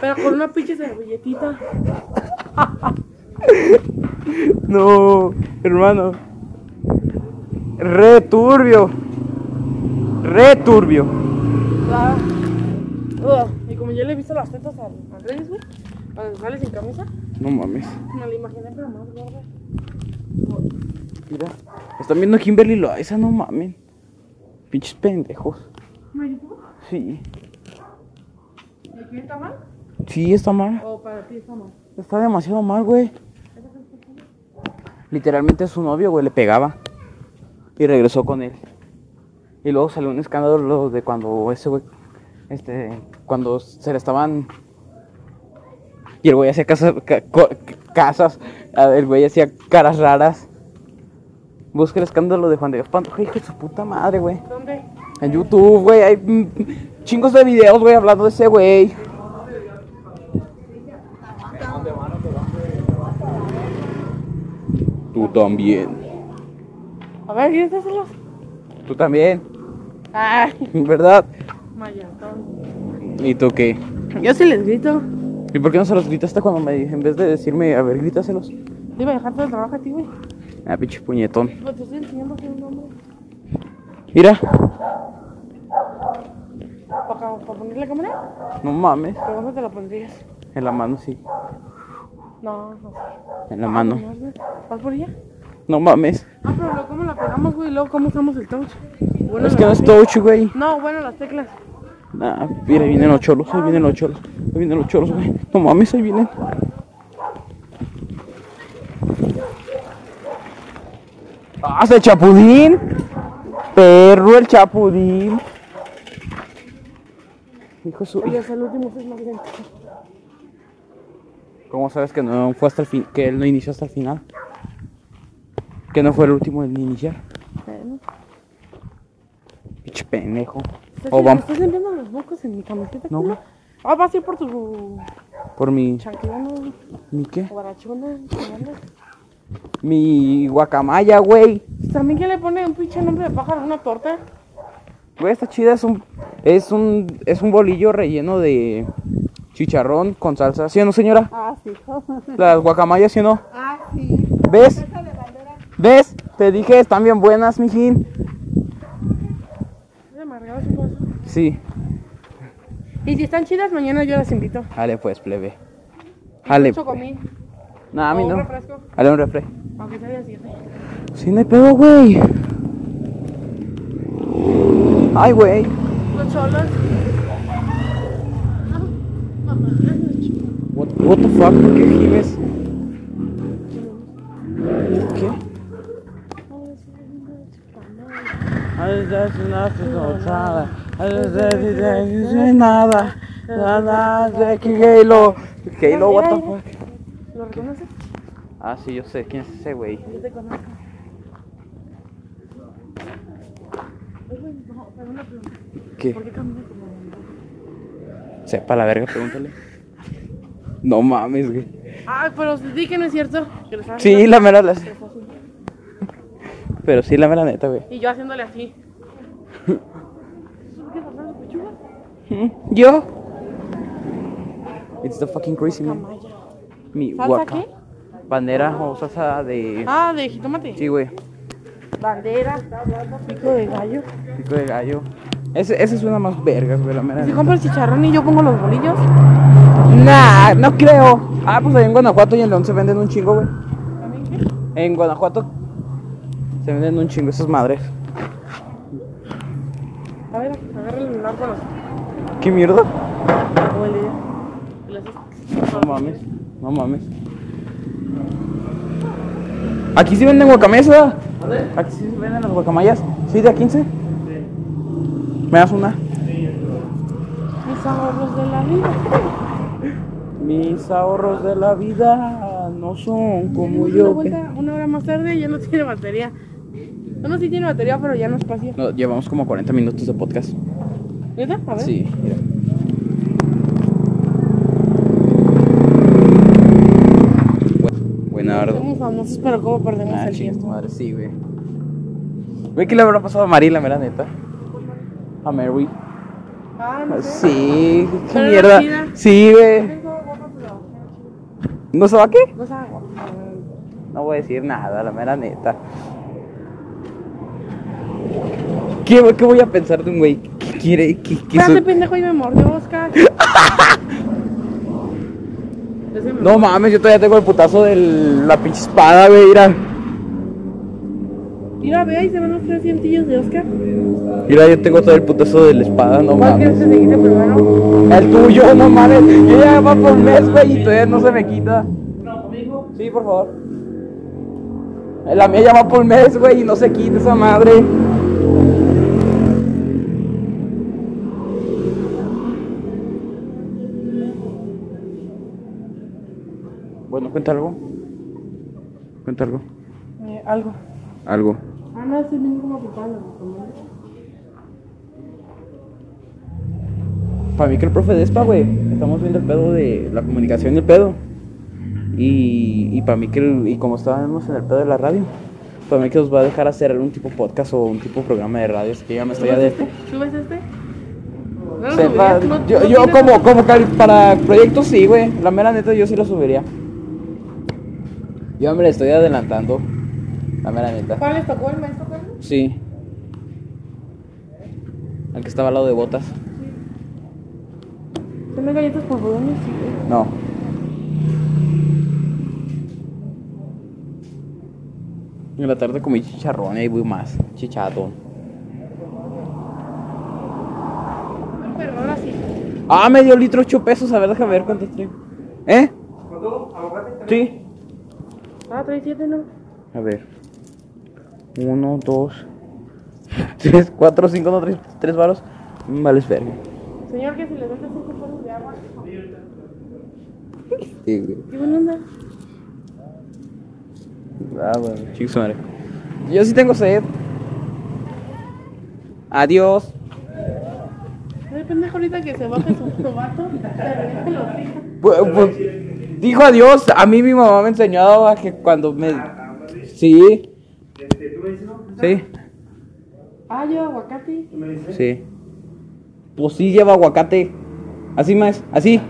Pero con una pinche servilletita.
No, hermano. Re turbio. Re turbio.
La... Ah, Y como yo le he visto las tetas a Andrés, güey, cuando sale sin camisa,
No mames.
me la imaginé, pero más gorda.
Mira. Están viendo Kimberly Loaiza, no mames. Pinches pendejos.
¿Marico?
Sí.
¿Y aquí está mal?
Sí, está mal.
¿O para ti está mal?
Está demasiado mal, güey. Literalmente su novio, güey, le pegaba. Y regresó con él. Y luego salió un escándalo de cuando ese güey. Este. Cuando se le estaban. Y el güey hacía casas. ca- co- casas. a ver, El güey hacía caras raras. Busca el escándalo de Juan de Dios Pantoja, hijo de su puta madre, güey.
¿Dónde?
En YouTube, güey, hay mm, chingos de videos, güey, hablando de ese güey. Tú también.
A ver, grítaselos.
Tú también,
Ay,
¿verdad?
mayantón.
¿Y tú qué?
Yo sí les grito.
¿Y por qué no se los gritaste cuando me dije? En vez de decirme, a ver, grítaselos.
Te iba a dejar todo el trabajo a ti, güey.
Ah, pinche puñetón.
Pues te estoy enseñando a ser un hombre.
Mira,
¿Para, para poner la cámara?
no mames.
¿Pero dónde te la pondrías?
En la mano, sí.
No, no sé.
En la mano.
¿Vas por ella?
No mames.
Ah, pero luego, ¿cómo la pegamos, güey? Luego, ¿cómo usamos el touch? Bueno,
es que no
la-
es touch, güey.
No, bueno, las teclas.
Nah, mira, ahí vienen los cholos, ahí vienen los cholos, ahí vienen los cholos, güey. No mames, ahí vienen. ¡Ah, el chapudín! ¡Perro el chapudín! Hijo de su...
Y hasta el último es más bien.
¿Cómo sabes que no fue hasta el fin, que él no inició hasta el final? Que no fue el último en iniciar.
Bueno.
Oh, Pinche pendejo.
¿Estás,
O vamos
¿Estás enviando los mocos en mi camiseta?
No,
culo?
güey.
Ah, vas a ir por tu
por mi.
chanclana,
¿Mi qué?
guarachona, chavala.
Mi guacamaya, güey.
Pues, También que le pone un pinche nombre de pájaro a una torta.
Güey, esta chida es un. Es un. Es un bolillo relleno de chicharrón con salsa. ¿Sí o no, señora?
Ah, sí.
Las guacamayas, ¿sí o no?
Ah, sí.
¿Ves?
Esa de bandera.
¿Ves? Te dije, están bien buenas, mijín.
Es amargado su cosa.
Sí.
Y si están chidas, mañana yo las invito.
Jale, pues, plebe. Jale. pues.
Chocomil.
No, a mí
o un
no.
refresco.
Jale un refresco.
Aunque sea de siete.
Sí, no hay pedo, güey. Ay, güey.
Los cholos.
What, what the fuck, ¿por qué gimes? ¿Qué? Nada, nada, de Keylo. Keylo, what the fuck.
¿Lo reconoces?
Ah, sí, yo sé quién es ese güey.
Yo te conozco. Oye, no, pero una pregunta.
¿Qué?
¿Por qué caminas como.?
Sepa la verga, pregúntale. No mames, güey.
Ay, pero os di que no es cierto. Que lo estaba
Sí,
haciendo-
la mera, la-
que lo estaba haciendo.
pero sí, la mera neta, güey.
Y yo haciéndole así. ¿Por qué rasgar los pechugas?
Hmm, ¿Yo? It's the fucking crazy, man.
Maya.
Mi
¿Salsa
guaca.
qué?
Bandera o salsa de.
Ah, de jitomate.
Sí, güey.
Bandera, pico de gallo.
Pico de gallo. ah, Ese, ese suena más vergas, güey, la mera.
Si
neta.
compro el chicharrón y yo pongo los bolillos.
Nah, no creo. Ah, pues ahí en Guanajuato y en León se venden un chingo, güey.
¿También qué?
En Guanajuato se venden un chingo esas madres.
A ver, agarra el lunar con los
¿Qué mierda?
bolillos. Y le haces-
No mames, no mames. Aquí sí venden guacamayas, ¿verdad? Aquí sí venden las guacamayas. ¿Sí, de a 15? ¿Me das una?
Mis ahorros de la vida.
Mis ahorros de la vida no son como
Una
yo.
vuelta, una hora más tarde y ya no tiene batería. Bueno, sí tiene batería, pero ya no espacio.
No, llevamos como 40 minutos de podcast.
¿Neta? A ver.
Sí. Buena ardo.
Somos famosos, pero ¿cómo perdemos
Ah,
el
chingas tu
tiempo?
madre, sí, güey. Güey, ¿qué le habrá pasado a Mari, la mera neta? A Mary.
Ah, no sé.
Sí, qué
Pero
mierda.
era chida.
Sí, güey.
Tengo guapa, pero
¿No se va qué?
No sabe guapa.
No voy a decir nada, la mera neta. ¿Qué, qué voy a pensar de un güey que quiere que, que
Espérate,
su-
pendejo, y me mordió Oscar. Ese me-
No mames, yo todavía tengo el putazo de la pinche espada, güey, mira.
Mira, ve ahí se van los tres dientillos de Oscar.
Mira, yo tengo todo el putazo de la espada, no
¿Cuál
mames.
quieres que este se quite primero?
El tuyo, no mames. Yo ya va por un mes, güey, y todavía no se me quita. Sí, por favor. La mía ya va por un mes, güey, y no se quita esa madre. Bueno, cuenta algo. Cuenta algo.
Eh, algo.
Algo.
Ah, no, ese viene como apretado. ¿no?
Para mí que el profe de ESPA, güey, estamos viendo el pedo de la comunicación y el pedo. Y, y para mí que, el- y como estábamos en el pedo de la radio, para mí que nos va a dejar hacer algún tipo podcast o un tipo programa de radio, así que ya me estoy
¿Subes
de...
este? ¿Subes este? No lo
Sepa,
subirías, no-
yo
no
yo
tienes-
como, como cali- para proyectos sí, güey, la mera neta yo sí lo subiría. Yo me la estoy adelantando, la mera neta.
¿Cuál les tocó el maestro Carlos?
Sí. Al que estaba al lado de botas.
Tiene galletas por bodones, sí. güey.
No. En la tarde comí chicharrones y voy más. Chichatón.
No, pero ahora sí.
Ah, medio litro, 8 pesos. A ver, déjame ver cuánto estoy. ¿Eh? ¿Cuánto? Sí.
Ah, 37, ¿no?
A ver. 1, 2, 3, 4, 5, no, 3, 3 varos. Mm, Vale, espera.
Señor, que si le dejas cinco varos de agua.
Sí, güey.
¿Qué buena onda?
Ah, bueno, chicos, madre. Yo sí tengo sed. Adiós.
Ay, pendejo, ahorita que se baje su tomato, te revienta los hijos.
Bu- bu- dijo adiós. A mí mi mamá me enseñó a que cuando me. Sí. Sí,
Ah, yo aguacate.
sí. Pues sí lleva aguacate. Así más, así.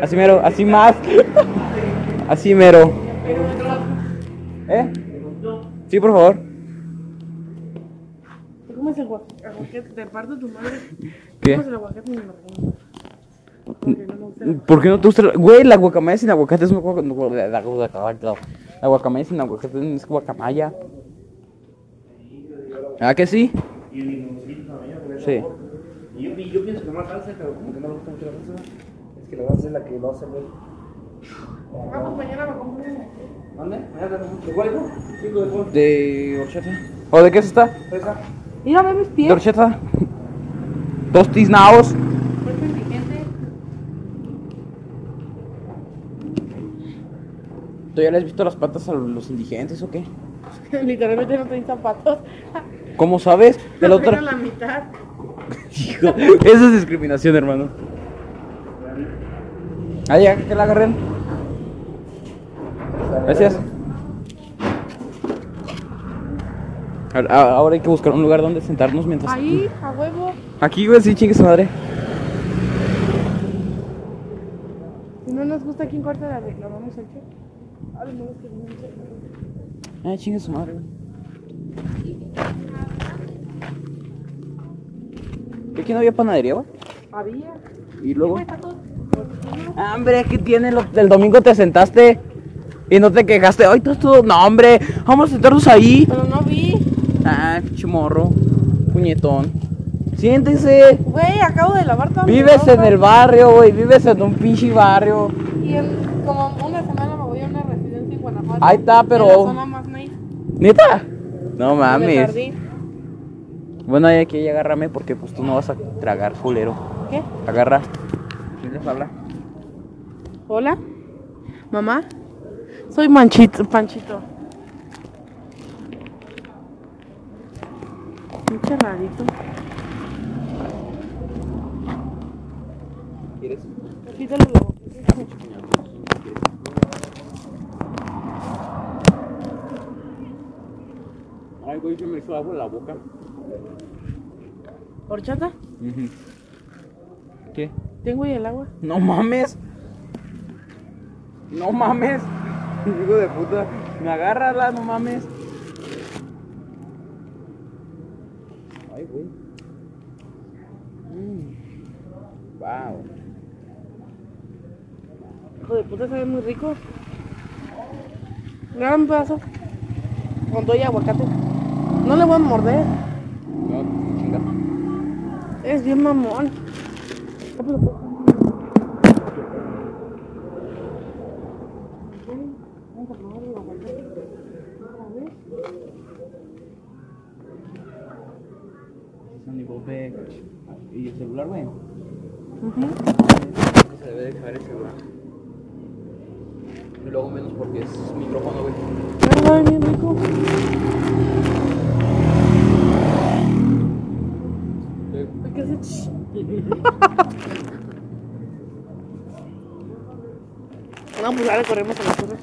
Así mero, así más. Así mero. ¿Eh? Sí, por favor.
¿Tú comes el guac- aguacate? Te parto tu madre.
¿Qué?
¿Cómo el aguacate ni me regañas. Porque no me gusta el
¿Por qué no te gusta? el- Güey, la guacamaya sin aguacate es una guaca- no, güey, La guaca- la guacamaya sin aguacate es guacamaya. ¿Ah, que sí?
Y el limoncito también, con el
Sí.
sabor. Y yo, y yo pienso que más salsa, pero como que no me gusta mucho la salsa. Es que la salsa es la que lo hace ver.
aguacate. Vamos, Ah, pues mañana lo compré.
¿Dónde? Mañana tenemos un huevo, chico de pollo.
¿De horchata? ¿O de qué se está?
Fresa.
Mira, ve mis
¿De
pies.
horchata? ¿Dos tiznaos?
Fuerte indigente.
¿Tú ya le has visto las patas a los indigentes o qué?
Literalmente no tenía zapatos.
¿Cómo sabes? De la
Los
otra.
la mitad.
Hijo, eso es discriminación, hermano. Ah, ya, que la agarren. Gracias. Ahora- a- Ahora hay que buscar un lugar donde sentarnos mientras.
Ahí, a huevo.
Aquí, güey, sí, chingue su madre.
Si no nos gusta aquí en cuarta, la reclamamos el cheque. A lo mejor que Ah, no nos gusta.
Ah, chingue su madre, güey. ¿Y Aquí no había panadería, güey.
Había.
Y luego.
Pues, tacos.
Ah, Hombre, ¿qué tiene? Lo- El domingo te sentaste y no te quejaste. Ay, tú todo. No, hombre, vamos a sentarnos ahí.
Pero no vi.
Ah, chimorro, puñetón. Siéntese.
Güey, acabo de lavar toda mi
Vives en
ropa.
el barrio, güey. Vives en un pinche barrio.
Y en como una semana me voy a una residencia en Guanajuato.
Ahí está, pero-
En la zona más nice.
¿Neta? No
Me
mames.
tardé.
Bueno, hay que agárrame porque pues tú no vas a tragar, culero.
¿Qué?
Agarra. ¿Quién les habla?
Hola. Mamá. Soy Manchito, Panchito. Pinche rarito.
¿Quieres?
Quítalo luego.
Ay, güey, yo me hizo agua en la boca.
¿Horchata?
¿Qué?
Tengo ahí el agua.
No mames. No mames. Hijo de puta. Me agárrala, no mames. Ay, güey. Wow.
Hijo de puta, sabe muy rico. Gran pedazo. Con todo y aguacate. No le voy a morder.
No, chinga.
Es bien mamón.
¿Y el celular, güey? Se debe de caer el celular. Y luego menos porque es micrófono, güey.
Ay, bien rico. Hay que hacer ch- No, pues ahora corremos a la zona.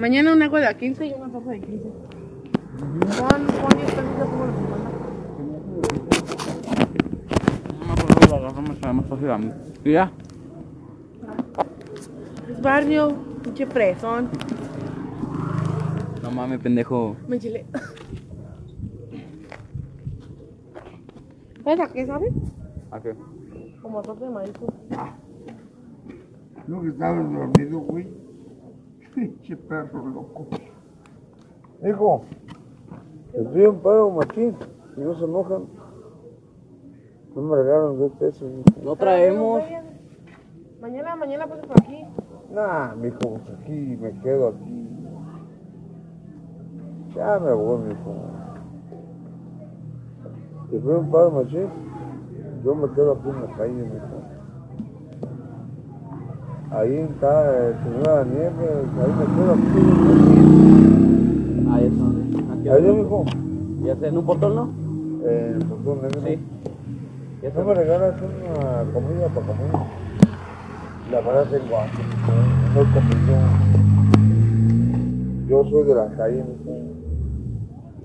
Mañana un agua de a 15 y una sopa de 15. Juan, Juan, ya está ya como la semana.
No me acuerdo, la me sale más fácil a mí. Mira.
Es barrio, pinche fresón.
No mames, pendejo.
Me enchilé. ¿Sabes a qué sabe?
¿A qué?
Como sopa de maíz.
No que estabas dormido, güey. Pinche perro loco.
Hijo, estoy en paro, machín. Y no se enojan. No me regalaron dos pesos.
No traemos.
Mañana, mañana paso por aquí.
Nah, mijo, pues aquí me quedo aquí. Ya me voy, mijo. Te fue un par, machín. Yo me quedo aquí en la calle, mijo. Ahí en cada señora nieve, pues, ahí me quedo aquí.
Ah, eso. Aquí
Adiós, mijo.
Ya sé, en un botón, ¿no?
Eh, pues ¿dónde, mijo?
Sí. Ya
¿No
sé.
me regalas una comida para comer? La verdad tengo hambre, no he comido. Yo soy de la calle, mijo.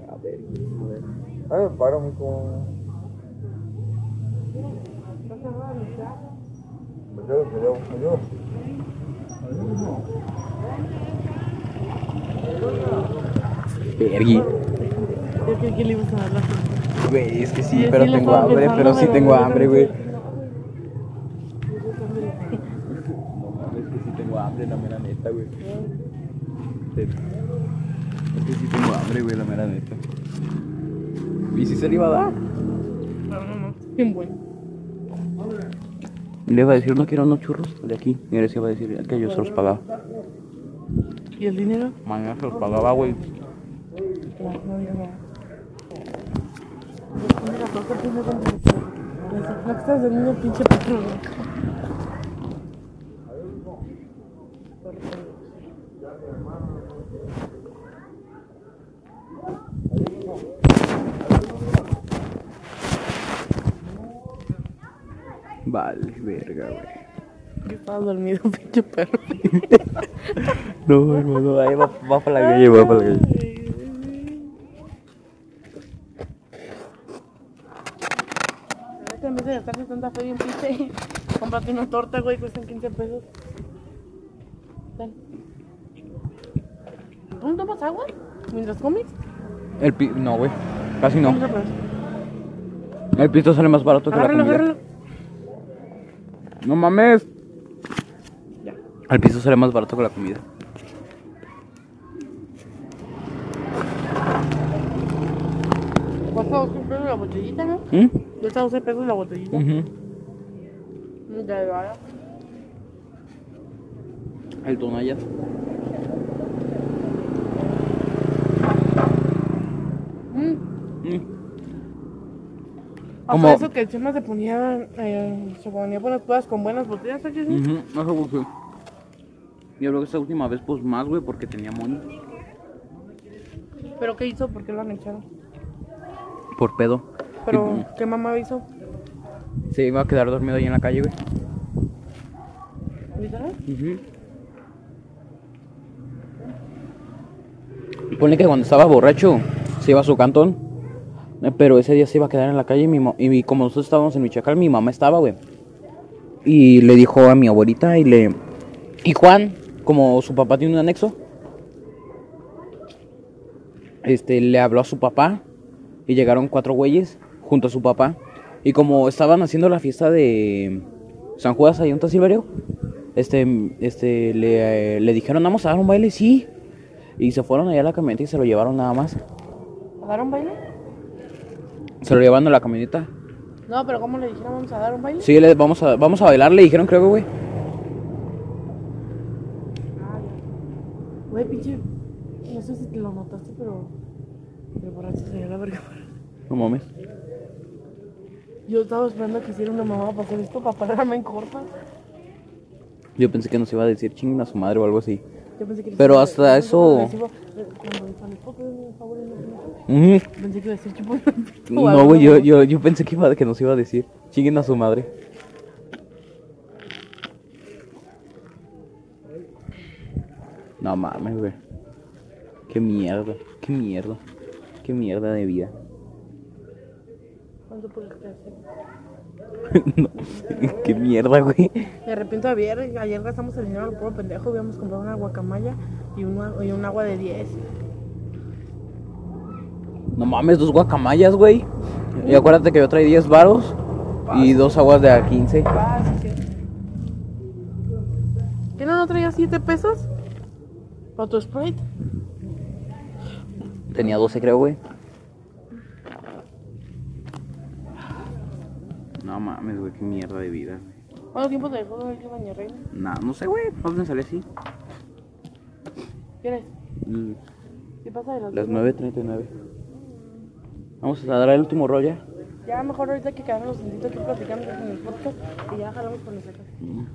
A ver, a ver. Ah, me paro, mijo. Me quedo que yo, que yo.
Vergui.
Yo creo que le ibas a dar la cuenta.
Güey, es que
Sí,
sí,
sí,
pero
lo
tengo
estaba
hambre,
pensando,
pero sí
pero
tengo
no,
hambre,
no,
güey.
no,
No mames, que sí tengo hambre, la mera neta, güey. Te- Es que sí tengo hambre, güey, la mera neta. ¿Y si se le iba a dar?
No, no, no. Bien bueno.
Le iba a decir, no quiero unos churros de aquí. Y él se iba a decir que yo se los pagaba.
¿Y el dinero?
Mañana se los pagaba, güey.
No, no había nada. Las aflaxas del niño pinche perro.
Vale, verga, güey.
Yo estaba dormido, pinche perro.
No, hermano, ahí va, va para la calle, va para la calle.
Ahorita En vez de gastarse tanta fe bien pinche, cómprate una torta, güey, cuestan 15 pesos. Dale. ¿No tomas agua? ¿Mientras comes?
El pi... No, güey. Casi no.
Vamos a probar.
El pito sale más barato que la
Agárralo,
comida.
agárralo.
No mames. Al piso sale más barato que la comida.
Cuesta 12 pesos Pues, la botellita, ¿no?
¿Mm?
Cuesta 12 pesos la botellita.
Ujú.
Ni te vaya.
El tonalla.
Mm.
Mm.
O
Como-
sea, eso que el Chema se ponía, eh, se ponía buenas cosas con buenas botellas, ¿sabes? qué?
Ujú, Eso fue, güey. Yo creo que esta última vez, pues más, güey, porque tenía money.
¿Pero qué hizo? ¿Por qué lo han echado?
Por pedo.
¿Pero qué mamá hizo?
Y Se iba a quedar dormido ahí en la calle, güey.
¿Literal?
Pone que cuando estaba borracho se iba a su cantón, eh, pero ese día se iba a quedar en la calle y, mi ma- y como nosotros estábamos en Michoacán, mi mamá estaba, güey. Y le dijo a mi abuelita y le... Y Juan, como su papá tiene un anexo, este, le habló a su papá y llegaron cuatro güeyes junto a su papá. Y como estaban haciendo la fiesta de San Judas Ayunta Silverio, este, este, le, eh, le dijeron, vamos a dar un baile, sí. Y se fueron allá a la camioneta y se lo llevaron nada más.
¿A dar un baile?
Se lo llevaron a la camioneta.
No, pero ¿cómo le dijeron vamos a dar un baile?
Sí, le, vamos, a, vamos a bailar, le dijeron, creo que, güey.
Güey, pinche. No sé si te lo notaste, pero. El borracho se dio la verga.
No mames.
Yo estaba esperando que hiciera una mamá para hacer esto, para pararme en corta.
Yo pensé que nos iba a decir chinguen a su madre o algo así.
Yo pensé que.
Pero hasta
Cuando
eso-
recibo- Eh, Cuando dijo, "Les puedo pedir un favor en el momento",
Ujú.
Pensé que iba a decir chupo un pito o
No,
algo,
güey, yo,
mamá.
yo, yo pensé que, iba, que nos iba a decir chinguen a su madre. No mames, güey. Qué mierda, qué mierda. Qué mierda de vida.
¿Cuánto por el que hace?
No, qué mierda, güey.
Me arrepiento de ayer, ayer gastamos el dinero al puro pendejo, habíamos comprado una guacamaya y, una, y un agua de 10.
No mames, dos guacamayas, güey. Y acuérdate que yo traí 10 varos y dos aguas de a 15.
Ah, sí, sí. tenías 7 pesos? ¿Para tu Sprite?
Tenía 12, creo, güey. No mames, güey, qué mierda de vida.
¿Cuánto tiempo te dejó de Doña Reina?
Nah, no sé, güey. No me salió así.
¿Quieres?
Mm,
¿Qué pasa de las
Las
dos?
9.39. Vamos a dar el último rol ya.
Ya mejor ahorita que quedamos los sentidos aquí platicando en el podcast y ya jalamos por nosotros.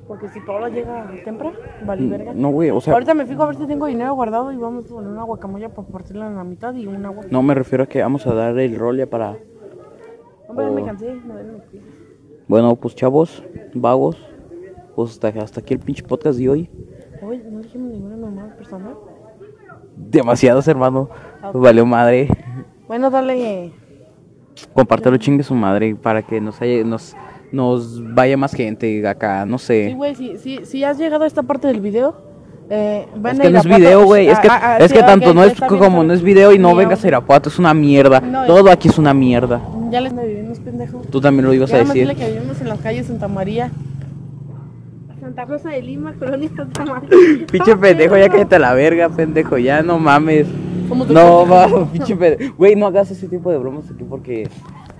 Porque si Pablo llega temprano, vale verga.
Mm. No, güey, o sea.
Ahorita me fijo a ver si tengo dinero guardado y vamos a poner una guacamoya para partirla en la mitad y un agua.
No, me refiero a que vamos a dar el rol ya para.
Hombre, me
Oh.
cansé, me duelen los pies.
Bueno, pues chavos, vagos. Pues hasta, hasta aquí el pinche podcast de hoy.
Oye, no dijimos ninguna mamá personal.
Demasiados, hermano. Pues valió madre.
Bueno, dale.
Compártelo chingue su madre para que nos, haya- nos, nos vaya más gente acá, no
Sí,
sé.
güey, si, si, si has llegado a esta parte del video, eh, ven
Es
a
que no es
Irapuato.
video, güey. Es
Ah,
que,
ah, ah,
es
sí,
que
ok,
tanto no
ya
es
está bien,
como
está
no es
bien.
video y no
Ni
vengas a
audio.
Irapuato, es una mierda.
No, es-
Todo aquí es una mierda.
Ya les vivimos, pendejo.
Tú también lo ibas
Ya
a
nada más dile
decir.
que vivimos en las calles de Santa María.
Santa Rosa de Lima, Colonia Santa María.
Pinche pendejo, ya cállate a la verga, pendejo, ya no mames.
Somos
No, va, pinche pendejo. Güey, no hagas ese tipo de bromas aquí porque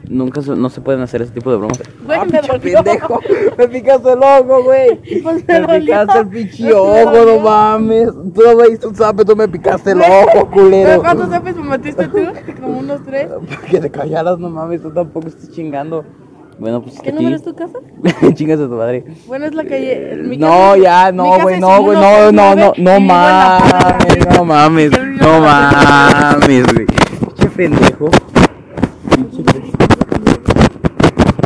nunca se- no se pueden hacer ese tipo de bromas.
Güey,
Ah,
me
pinche
dolió.
pendejo, me picaste el ojo, güey.
Pues me
Me
dolió.
picaste el pinche
Me
ojo, no
dolió.
mames. Tú no me diste un zape, tú me picaste el ojo, culero.
¿Cuántos zapes me metiste tú? Como unos tres.
Para que te callaras, no mames, tú tampoco estás chingando. Bueno, pues
¿Qué
aquí.
número es tu casa?
Chingas a tu madre.
Bueno, es la calle. eh, mi
No,
casa-
ya,
mi
no,
casa
güey,
es
no, güey, no, no,
139,
no, no
y vivo en la Plaza
mames,
Grande.
no
Quiero vivir en
mames,
la Plaza
no mames, güey. Pinche pendejo. Pinche pendejo.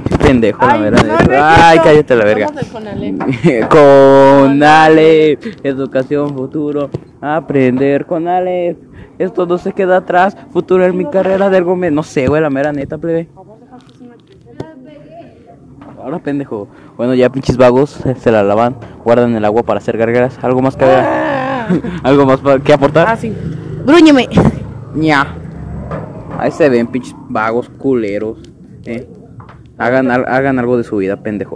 Pinche pendejo, la
Ay,
verdad.
no, no
eso.
es
Ay,
cierto.
cállate la verga.
Somos del Conalep.
con Ale, educación futuro, aprender con Ale. Esto no se queda atrás, futuro en mi carrera de Gómez. No sé, güey, la mera neta, plebe. Ahora pendejo. Bueno, ya pinches vagos se, se la lavan, guardan el agua para hacer gargaras. ¿Algo más que ¿Algo más pa- que
Ah,
aportar?
sí. Grúñeme.
Ya. Ahí se ven pinches vagos culeros. eh. Hagan, al- hagan algo de su vida, pendejo.